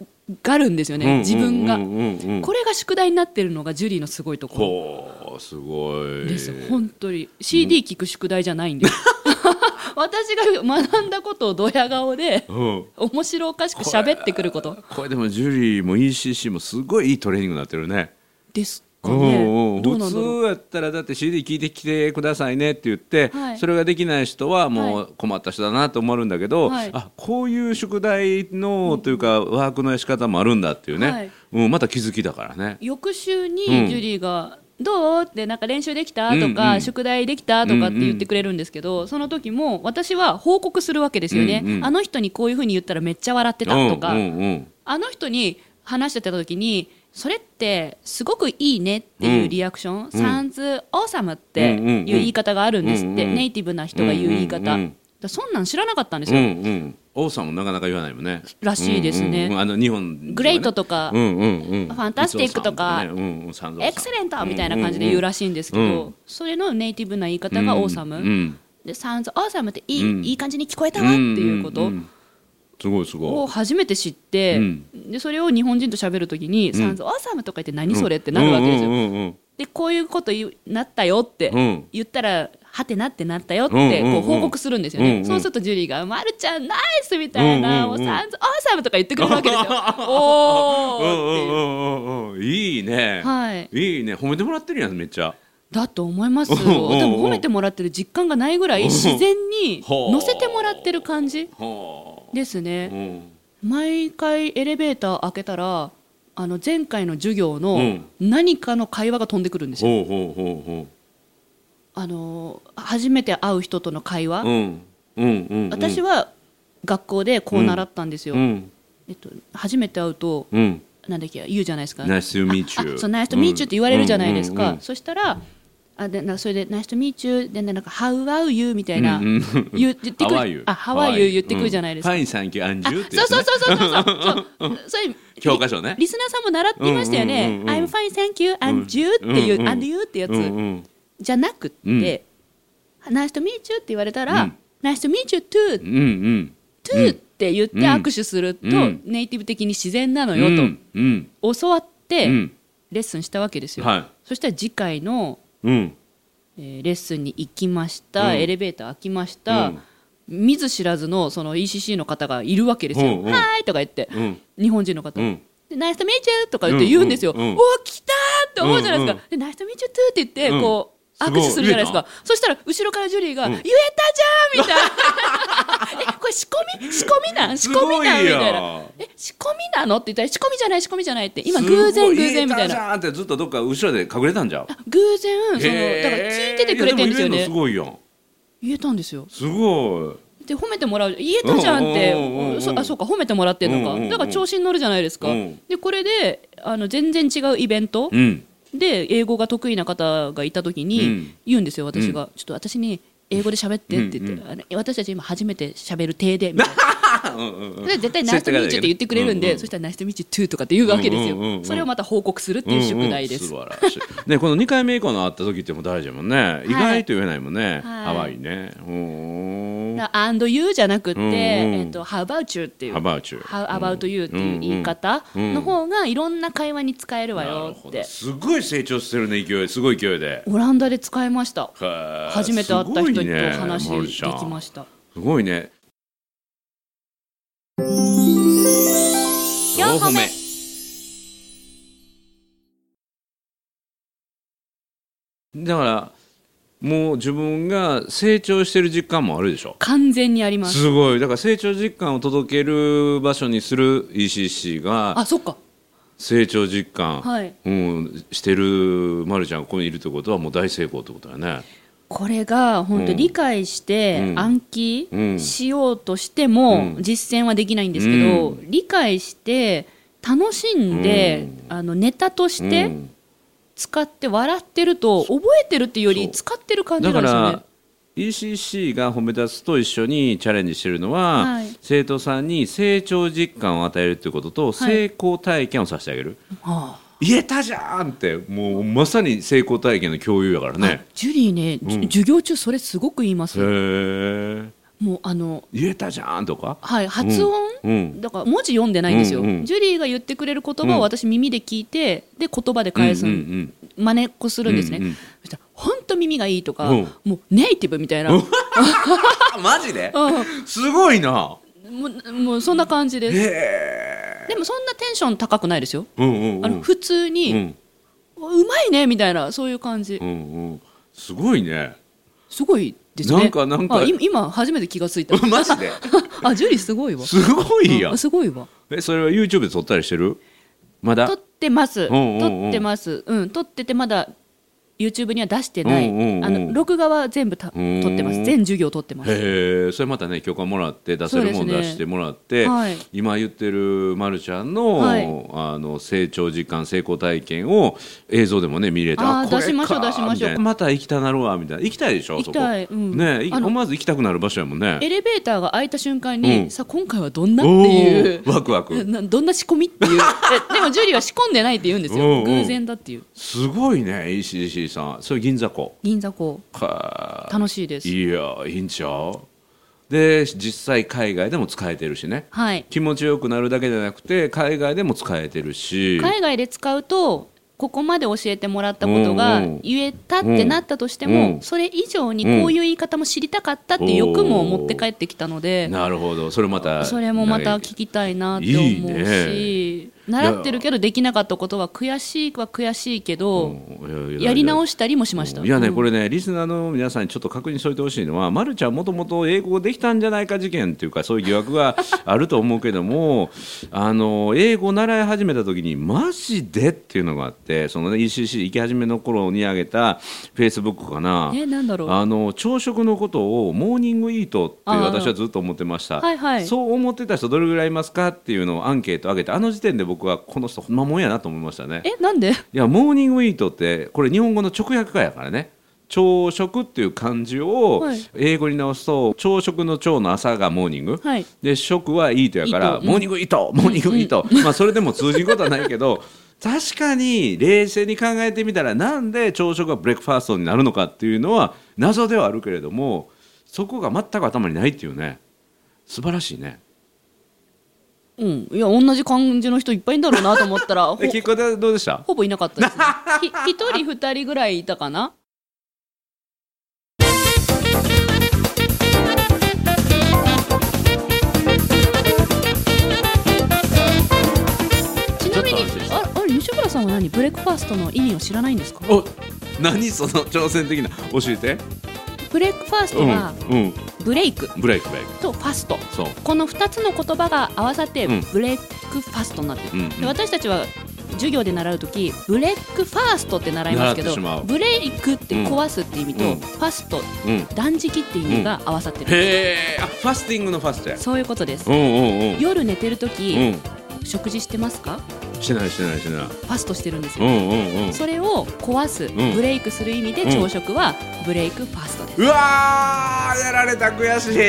[SPEAKER 1] るんですよね、
[SPEAKER 2] うん
[SPEAKER 1] 自分が、
[SPEAKER 2] うんうんうんうん
[SPEAKER 1] これが宿題になってるのがジュリーのすごいとこ
[SPEAKER 2] ほうすごい
[SPEAKER 1] ろです、本当に CD 聞く宿題じゃないんです、 私が学んだことをドヤ顔で
[SPEAKER 2] うん
[SPEAKER 1] 面白おかしく喋ってくること
[SPEAKER 2] これでもジュリーも ECC もすごいいいトレーニングになってるね
[SPEAKER 1] ですかね、
[SPEAKER 2] うんうん
[SPEAKER 1] どう
[SPEAKER 2] 普
[SPEAKER 1] なんだろう
[SPEAKER 2] 通やったらだって CD 聞いてきてくださいねって言って、
[SPEAKER 1] はい
[SPEAKER 2] それができない人はも
[SPEAKER 1] は
[SPEAKER 2] う困った人だなと思うんだけど、
[SPEAKER 1] はい
[SPEAKER 2] あこういう宿題のというかワークの仕方もあるんだっていうね、
[SPEAKER 1] はい
[SPEAKER 2] うん、また気づきだからね。
[SPEAKER 1] 翌週に
[SPEAKER 2] うん
[SPEAKER 1] ジュリーが「どう?」ってなんか練習できたと
[SPEAKER 2] うん
[SPEAKER 1] か、
[SPEAKER 2] うん
[SPEAKER 1] 宿題できたとかって言ってくれるんですけど、その時も私は報告するわけですよね、
[SPEAKER 2] うんうん
[SPEAKER 1] あの人にこういうふうに言ったらめっちゃ笑ってたとか、
[SPEAKER 2] うんうんうん
[SPEAKER 1] あの人に話してた時にそれってすごくいいねっていうリアクション、サンズオーサムっていう言い方があるんですって、
[SPEAKER 2] うんうんうん
[SPEAKER 1] ネイティブな人が言う言い方、
[SPEAKER 2] うんうんうん
[SPEAKER 1] だそんなん知らなかったんです
[SPEAKER 2] うん
[SPEAKER 1] よ、
[SPEAKER 2] うん王さんもなかなか言わないもんね。
[SPEAKER 1] らしいですね
[SPEAKER 2] うんうんうんあの日本、
[SPEAKER 1] グレイトとか、
[SPEAKER 2] うんうんうん、
[SPEAKER 1] ファンタスティックとか
[SPEAKER 2] 三蔵さんねうんうん三蔵さん
[SPEAKER 1] エクセレントみたいな感じで言うらしいんですけど、
[SPEAKER 2] うんうんうん
[SPEAKER 1] それのネイティブな言い方がオーサム、
[SPEAKER 2] うんうん
[SPEAKER 1] でサウンズオーサムっていい,、
[SPEAKER 2] うん
[SPEAKER 1] いい感じに聞こえたわっていうこ
[SPEAKER 2] ん
[SPEAKER 1] と
[SPEAKER 2] んんすごいすご
[SPEAKER 1] を
[SPEAKER 2] い。
[SPEAKER 1] 初めて知って、
[SPEAKER 2] うん
[SPEAKER 1] でそれを日本人と喋るときに、サウンズオーサムとか言って何それってなるわけですよ、
[SPEAKER 2] うんうんうん
[SPEAKER 1] でこういうこと言うなったよって
[SPEAKER 2] うん
[SPEAKER 1] 言ったら、はてなってなったよっ
[SPEAKER 2] うん
[SPEAKER 1] て
[SPEAKER 2] うんう
[SPEAKER 1] こ
[SPEAKER 2] ん
[SPEAKER 1] う報告するんですよね、
[SPEAKER 2] うんうん
[SPEAKER 1] そうするとジュリーが「まるちゃんナイス!」みたいな「
[SPEAKER 2] うんうんう
[SPEAKER 1] も
[SPEAKER 2] ん
[SPEAKER 1] うサウンズオーサム!」とか言ってくるわけで すよお
[SPEAKER 2] う
[SPEAKER 1] ーってい
[SPEAKER 2] ん
[SPEAKER 1] う、
[SPEAKER 2] うんうんうんうんいいね。
[SPEAKER 1] はい
[SPEAKER 2] いいね褒めてもらってるやんめっちゃ。
[SPEAKER 1] だと思いますよ
[SPEAKER 2] うんうんうん
[SPEAKER 1] でも褒めてもらってる実感がないぐらい自然に
[SPEAKER 2] ほう
[SPEAKER 1] 乗せてもらってる感じ
[SPEAKER 2] は
[SPEAKER 1] ですね、
[SPEAKER 2] あ。うん
[SPEAKER 1] 毎回エレベーター開けたらあの前回の授業
[SPEAKER 2] う
[SPEAKER 1] の
[SPEAKER 2] ん
[SPEAKER 1] 何かの会話が飛んでくるんですよ、
[SPEAKER 2] ほうほうほうほ
[SPEAKER 1] あのー初めて会う人との会話、
[SPEAKER 2] う。うんうんうんうん。
[SPEAKER 1] 私は学校でこう習ったんですよ、
[SPEAKER 2] うん
[SPEAKER 1] えっと、初めて会うと
[SPEAKER 2] うん。
[SPEAKER 1] なんだっけ言うじゃないですか
[SPEAKER 2] Nice to meet you
[SPEAKER 1] ああそう Nice to meet you って言われるじゃないですか、
[SPEAKER 2] うんうんうん
[SPEAKER 1] そしたらあでなそれで Nice to meet you でなんか How are you みたいな、
[SPEAKER 2] うんうん
[SPEAKER 1] 言う言ってく
[SPEAKER 2] How
[SPEAKER 1] る
[SPEAKER 2] are you？
[SPEAKER 1] あ How are you 言ってくるじゃないですか、
[SPEAKER 2] うんファインサンキューアンジュってや
[SPEAKER 1] そう
[SPEAKER 2] つね
[SPEAKER 1] そうそうそうそうそうそうそれ
[SPEAKER 2] 教科書ね
[SPEAKER 1] リスナーさんも習っていましたよね、
[SPEAKER 2] うんうんうんうん
[SPEAKER 1] I'm fine thank you and you っていう、
[SPEAKER 2] うんうん
[SPEAKER 1] and you ってやつ、
[SPEAKER 2] うんうん
[SPEAKER 1] じゃなくって、
[SPEAKER 2] うん
[SPEAKER 1] nice to meet you って言われたら、
[SPEAKER 2] うん
[SPEAKER 1] nice to meet you too
[SPEAKER 2] う、ん
[SPEAKER 1] too って言って握手すると、
[SPEAKER 2] うん
[SPEAKER 1] ネイティブ的に自然なの
[SPEAKER 2] うん。う
[SPEAKER 1] よ
[SPEAKER 2] んうん
[SPEAKER 1] と教わって、
[SPEAKER 2] うん
[SPEAKER 1] レッスンしたわけですよ、
[SPEAKER 2] はい
[SPEAKER 1] そしたら次回の、
[SPEAKER 2] うん。
[SPEAKER 1] えーレッスンに行きました、
[SPEAKER 2] うん
[SPEAKER 1] エレベーター開きました、
[SPEAKER 2] うん
[SPEAKER 1] 見ず知らずのその ECC の方がいるわけですよ、
[SPEAKER 2] うんうん
[SPEAKER 1] はーいとか言って、
[SPEAKER 2] うん
[SPEAKER 1] 日本人の方、
[SPEAKER 2] うん
[SPEAKER 1] で「ナイスとミーチュー」とか言って言うんですよ「
[SPEAKER 2] うんうんうん
[SPEAKER 1] おー来た!」って思うじゃないですか「でナイスとミーチュートゥ」って言ってこう、
[SPEAKER 2] うん
[SPEAKER 1] 握手するじゃないです
[SPEAKER 2] すごい言え
[SPEAKER 1] かそしたら後ろからジュリーが「
[SPEAKER 2] うん
[SPEAKER 1] 言えたじゃん!」みたい なえこれ仕込み仕込みなん仕込みなん
[SPEAKER 2] すごい
[SPEAKER 1] み
[SPEAKER 2] よ
[SPEAKER 1] たいな「え仕込みなの?」って言ったら「仕込みじゃない仕込みじゃない」って今
[SPEAKER 2] すご
[SPEAKER 1] 偶然偶然みたい
[SPEAKER 2] 言えじ
[SPEAKER 1] な
[SPEAKER 2] ゃんってずっとどっか後ろで隠れたんじゃん。
[SPEAKER 1] 偶然そのだから
[SPEAKER 2] へー
[SPEAKER 1] 聞いててくれてるんですよ
[SPEAKER 2] いや
[SPEAKER 1] ね
[SPEAKER 2] も言えのすごいよ。
[SPEAKER 1] 言えたんですよ
[SPEAKER 2] すご
[SPEAKER 1] で褒めてもらう言えたじゃんって
[SPEAKER 2] うんうんうんうん
[SPEAKER 1] おそあそうか褒めてもらってんのか、
[SPEAKER 2] うんうんうん
[SPEAKER 1] だから調子に乗るじゃないですか、
[SPEAKER 2] うん
[SPEAKER 1] でこれであの全然違うイベント、
[SPEAKER 2] い。うん。
[SPEAKER 1] で英語が得意な方がいた時
[SPEAKER 2] う
[SPEAKER 1] に
[SPEAKER 2] ん
[SPEAKER 1] 言うんですよ、私が、ちょっと私に英語で喋ってって言って、
[SPEAKER 2] うん
[SPEAKER 1] あの私たち今初めて喋る体でみたいな
[SPEAKER 2] うんうんうん。
[SPEAKER 1] で絶対「ナイストミーチュー」って言ってくれるんで、
[SPEAKER 2] うんうん
[SPEAKER 1] そしたら「ナイストミーチュートゥ」とかって言うわけですよ、
[SPEAKER 2] うんうんうんうん
[SPEAKER 1] それをまた報告するっていう宿題です、
[SPEAKER 2] うんうん素晴らしい。ねこの二回目以降の会った時ってもう大事やもんね。意外と言えないもんね。
[SPEAKER 1] はい
[SPEAKER 2] ハワイね。うーん。
[SPEAKER 1] だから「and you」じゃなくって「
[SPEAKER 2] うんうん
[SPEAKER 1] えっと How about you」っていう
[SPEAKER 2] How about you？
[SPEAKER 1] How about you」っていう言い方の方がいろんな会話に使えるわ
[SPEAKER 2] なる
[SPEAKER 1] よ
[SPEAKER 2] ほ
[SPEAKER 1] っ
[SPEAKER 2] ど。
[SPEAKER 1] て
[SPEAKER 2] すごい成長してるね勢い。すごい勢いで。
[SPEAKER 1] オランダで使いました初
[SPEAKER 2] 初
[SPEAKER 1] めて会った人と話できました、
[SPEAKER 2] すごいね。
[SPEAKER 1] 四歩目
[SPEAKER 2] だからもう自分が成長してる実感もあるでしょ
[SPEAKER 1] 完全にあります
[SPEAKER 2] すごいだから成長実感を届ける場所にする ECC が
[SPEAKER 1] あそっか
[SPEAKER 2] 成長実感、
[SPEAKER 1] はい
[SPEAKER 2] うん、してるまるちゃんがここにいるってことはもう大成功ってことだよね。
[SPEAKER 1] これが本当
[SPEAKER 2] うん
[SPEAKER 1] 理解して
[SPEAKER 2] うん
[SPEAKER 1] 暗記
[SPEAKER 2] うん
[SPEAKER 1] しようとして
[SPEAKER 2] う
[SPEAKER 1] も
[SPEAKER 2] ん
[SPEAKER 1] 実践はできないんですけど、
[SPEAKER 2] う
[SPEAKER 1] 理解して楽しんで、あのネタとして
[SPEAKER 2] うん
[SPEAKER 1] 使って笑ってると覚えてるっていうより使ってる感じな
[SPEAKER 2] だか
[SPEAKER 1] んですよね
[SPEAKER 2] ら。ECC が褒め出すと一緒にチャレンジしてるのは、
[SPEAKER 1] はい
[SPEAKER 2] 生徒さんに成長実感を与えるということと
[SPEAKER 1] はい
[SPEAKER 2] 成功体験をさせてあげる、
[SPEAKER 1] は
[SPEAKER 2] 言えたじゃんってもうまさに成功体験の共有やから
[SPEAKER 1] あ
[SPEAKER 2] ね。
[SPEAKER 1] あジュリーね、じゅ授業中それすごく言いま
[SPEAKER 2] へ
[SPEAKER 1] す。
[SPEAKER 2] え
[SPEAKER 1] もうあの
[SPEAKER 2] 言えたじゃんとか
[SPEAKER 1] はい発音、
[SPEAKER 2] うん
[SPEAKER 1] だから文字読んでないんですよ、
[SPEAKER 2] うんうん
[SPEAKER 1] ジュリーが言ってくれる言葉を私耳で聞いてで言葉で返すん
[SPEAKER 2] うんうん
[SPEAKER 1] 真似っこするんですね、
[SPEAKER 2] うんうん
[SPEAKER 1] そしたら本当耳がいいとか、
[SPEAKER 2] うん
[SPEAKER 1] もうネイティブみたいな、うん
[SPEAKER 2] あマジですごいな
[SPEAKER 1] もうもうそんな感じです
[SPEAKER 2] へえ
[SPEAKER 1] でもそんなテンション高くないですよ
[SPEAKER 2] うんうんうん
[SPEAKER 1] あの普通に、
[SPEAKER 2] うん
[SPEAKER 1] うまいねみたいなそういう感じ
[SPEAKER 2] うんうんすごいね
[SPEAKER 1] すごいですね
[SPEAKER 2] なんかなんか
[SPEAKER 1] あい今初めて気がついた
[SPEAKER 2] マジで
[SPEAKER 1] あジュリすごいわ
[SPEAKER 2] すごいやん
[SPEAKER 1] あすごいわ
[SPEAKER 2] えそれは YouTube で撮ったりしてるまだ
[SPEAKER 1] 撮ってます
[SPEAKER 2] うんう
[SPEAKER 1] 撮
[SPEAKER 2] んうん
[SPEAKER 1] ってますうん撮っててまだ YouTube には出してない、
[SPEAKER 2] うんうんうん
[SPEAKER 1] あの録画は全部た撮
[SPEAKER 2] うん
[SPEAKER 1] ってます全授業撮ってます
[SPEAKER 2] へえそれまたね許可もらって出せるも
[SPEAKER 1] そうんですね
[SPEAKER 2] 出してもらって、
[SPEAKER 1] はい
[SPEAKER 2] 今言ってるまるちゃんの,、
[SPEAKER 1] はい
[SPEAKER 2] あの成長実感成功体験を映像でもね見れて
[SPEAKER 1] あー
[SPEAKER 2] これか
[SPEAKER 1] 出しましょう出しましょう
[SPEAKER 2] みたいなまた行きたなるわみたいな行きたいでしょ
[SPEAKER 1] 行きたい
[SPEAKER 2] そこ、
[SPEAKER 1] うん
[SPEAKER 2] ねい
[SPEAKER 1] あの
[SPEAKER 2] 思わず行きたくなる場所やもんね
[SPEAKER 1] エレベーターが開いた瞬間に、
[SPEAKER 2] うん
[SPEAKER 1] さあ今回はどんなっていう
[SPEAKER 2] おーワクワ ク
[SPEAKER 1] などんな仕込みっていう えでもジュリーは仕込んでないって言うんですよ、
[SPEAKER 2] うんうん
[SPEAKER 1] 偶然だっていう
[SPEAKER 2] すごいね ECC さんそれ銀座湖
[SPEAKER 1] 銀座こ
[SPEAKER 2] か
[SPEAKER 1] う楽しいです
[SPEAKER 2] いやいいんちゃうで実際海外でも使えてるしね
[SPEAKER 1] はい
[SPEAKER 2] 気持ちよくなるだけじゃなくて海外でも使えてるし
[SPEAKER 1] 海外で使うとここまで教えてもらったことが
[SPEAKER 2] うんうん
[SPEAKER 1] 言えたってなったとして
[SPEAKER 2] う
[SPEAKER 1] も
[SPEAKER 2] ん
[SPEAKER 1] それ以上にこういう言い方も知りたかったっていう欲も持って帰ってきたので
[SPEAKER 2] なるほどそれまた
[SPEAKER 1] それもまた
[SPEAKER 2] なんか
[SPEAKER 1] 聞きたいなって思う
[SPEAKER 2] い
[SPEAKER 1] し習ってるけどできなかったことは悔しいは悔しいけど
[SPEAKER 2] うんいい
[SPEAKER 1] やり直
[SPEAKER 2] し
[SPEAKER 1] したりもしました
[SPEAKER 2] いやね
[SPEAKER 1] うん
[SPEAKER 2] これねリスナーの皆さんにちょっと確認しておいてほしいのは、ま、るちゃんもともと英語できたんじゃないか事件っていうかそういう疑 惑があると思うけどもあの英語習い始めた時にマジでっていうのがあってその、ね、ECC 行き始めの頃に上げたフェイスブックかな。
[SPEAKER 1] えなんだろう
[SPEAKER 2] あの朝食のことをモーニングイートって
[SPEAKER 1] あー
[SPEAKER 2] 私はずっと思ってました、
[SPEAKER 1] はいはい
[SPEAKER 2] そう思ってた人どれぐらいいますかっていうのをアンケート上げてあの時点で僕はこの人ほんまもんやなと思いましたね
[SPEAKER 1] えなんで
[SPEAKER 2] いやモーニングイートってこれ日本語の直訳化やからね朝食っていう漢字を
[SPEAKER 1] はい
[SPEAKER 2] 英語に直すと朝食の朝の朝がモーニング、
[SPEAKER 1] はい
[SPEAKER 2] で食はイートやから
[SPEAKER 1] イートうん
[SPEAKER 2] モーニングイートモーニングイート、まあ、それでも通じることはないけ ど確かに冷静に考えてみたらなんで朝食がブレックファーストになるのかっていうのは謎ではあるけれどもそこが全く頭にないっていうね素晴らしいね。
[SPEAKER 1] うんいや同じ感じの人いっぱいいんだろうなと思ったら ほ
[SPEAKER 2] え結果でどうでした
[SPEAKER 1] ほぼいなかった ですねひ一人二人ぐらいいたかなちなみに
[SPEAKER 2] ちょっと安心した
[SPEAKER 1] ああれ西村さんは何ブレックファーストの意味を知らないんですか
[SPEAKER 2] お何その挑戦的な教えて、
[SPEAKER 1] ブレックファース
[SPEAKER 2] う
[SPEAKER 1] ト
[SPEAKER 2] ん
[SPEAKER 1] は
[SPEAKER 2] うん、
[SPEAKER 1] ブレイク
[SPEAKER 2] ブレイクブレイク
[SPEAKER 1] とファスト
[SPEAKER 2] そう
[SPEAKER 1] この2つの言葉が合わさって
[SPEAKER 2] うん
[SPEAKER 1] ブレックファストになってる、
[SPEAKER 2] うんうん
[SPEAKER 1] で私たちは授業で習う時ブレックファーストって習いますけ
[SPEAKER 2] 習っ
[SPEAKER 1] ど
[SPEAKER 2] てしまう
[SPEAKER 1] ブレイクって壊すって意味と、
[SPEAKER 2] うん
[SPEAKER 1] ファスト
[SPEAKER 2] うんへ
[SPEAKER 1] 断食って意味が合わさってる、
[SPEAKER 2] えファスティングのファストや
[SPEAKER 1] そういうことです、
[SPEAKER 2] うんうんうん
[SPEAKER 1] 夜寝てる時、
[SPEAKER 2] う
[SPEAKER 1] 食事してますか
[SPEAKER 2] んしてないしてないしてない
[SPEAKER 1] ファストしてるんです
[SPEAKER 2] う
[SPEAKER 1] よ、
[SPEAKER 2] んうんうん
[SPEAKER 1] それを壊す、
[SPEAKER 2] ん
[SPEAKER 1] ブレイクする意味で
[SPEAKER 2] うん
[SPEAKER 1] 朝食はブレイクファーストです、
[SPEAKER 2] うわーやられた悔しい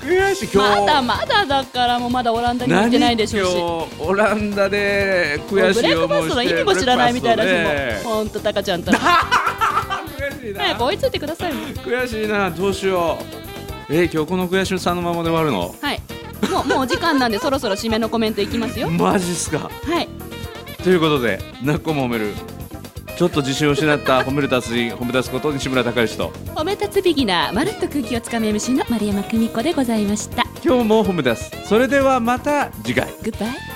[SPEAKER 2] 悔しい今日
[SPEAKER 1] まだまだだからもうまだオランダに行ってないでしょうし
[SPEAKER 2] 何今日オランダで
[SPEAKER 1] ブレ
[SPEAKER 2] 悔
[SPEAKER 1] イク
[SPEAKER 2] しい
[SPEAKER 1] ファ
[SPEAKER 2] 思
[SPEAKER 1] ー
[SPEAKER 2] い
[SPEAKER 1] ス
[SPEAKER 2] し
[SPEAKER 1] ト
[SPEAKER 2] て
[SPEAKER 1] の意味も知らないみたいな人
[SPEAKER 2] ブレックフ
[SPEAKER 1] も本当タカちゃんたら
[SPEAKER 2] ァーストで悔しい
[SPEAKER 1] 早く
[SPEAKER 2] な
[SPEAKER 1] 追いついてくださいもう
[SPEAKER 2] 悔しいなどうしようえー、今日この悔しさのままで終わるの
[SPEAKER 1] はいもうもうお時間なんでそろそろ締めのコメントいきますよ
[SPEAKER 2] マジっすか
[SPEAKER 1] はい
[SPEAKER 2] ということでなっこも褒めるちょっと自信を失った褒める達人褒め出すこと西村孝之と
[SPEAKER 1] おめ立つビギナーまるっと空気をつかむ MC の丸山久美子でございました
[SPEAKER 2] 今日も褒め出すそれではまた次回
[SPEAKER 1] グッバイ